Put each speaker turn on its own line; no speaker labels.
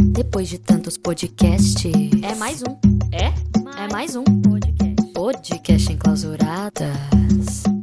Depois de tantos podcasts.
É mais um.
É?
É
mais um.
podcast.
Podcast Enclausuradas.